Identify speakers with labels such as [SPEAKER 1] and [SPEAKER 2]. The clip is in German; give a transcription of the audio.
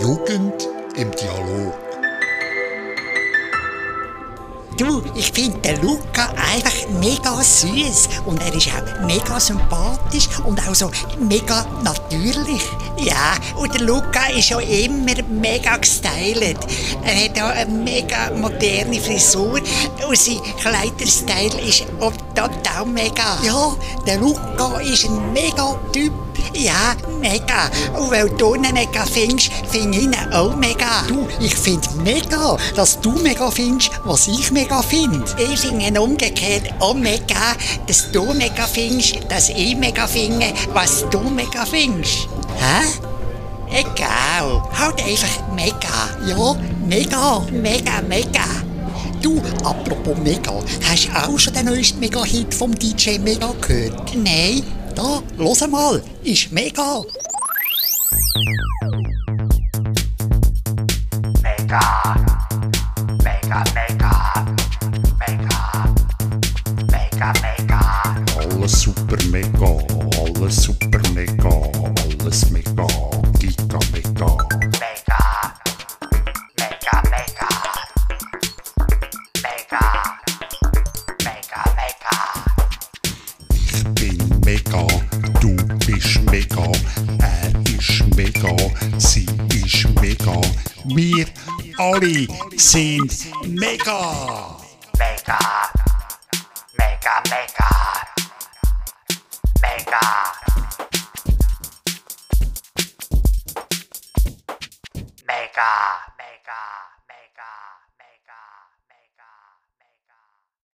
[SPEAKER 1] Jugend im Dialog.
[SPEAKER 2] Du, ich finde den Luca einfach mega süß und er ist auch mega sympathisch und auch so mega natürlich. Ja, und der Luca ist schon immer mega gestylt. Er hat auch eine mega moderne Frisur und sein Kleiderstyle ist auch total mega. Ja, der Luca ist ein mega Typ. Ja, mega. Und weil du ihn mega findest, finde ich ihn auch mega. Du, ich finde mega, dass du mega findest, was ich mega finde. Ich finde ihn umgekehrt auch mega, dass du mega findest, dass ich mega finde, was du mega findest. Hä? Egal, halt einfach mega. Ja, mega, mega, mega. Du, apropos Mega, hast du auch schon den neuesten Mega-Hit vom DJ Mega gehört? Nein. Da, los mal, ist mega.
[SPEAKER 3] Mega. Mega, mega. Mega. Mega, mega.
[SPEAKER 1] Alles super mega, alles super mega, alles mega, giga mega.
[SPEAKER 3] Mega. Mega, mega. Mega. Mega, mega.
[SPEAKER 1] Ich bin mega, du bist mega, er ist mega, sie ist mega, wir alle sind mega.
[SPEAKER 3] Mega. Mega, mega. Mega.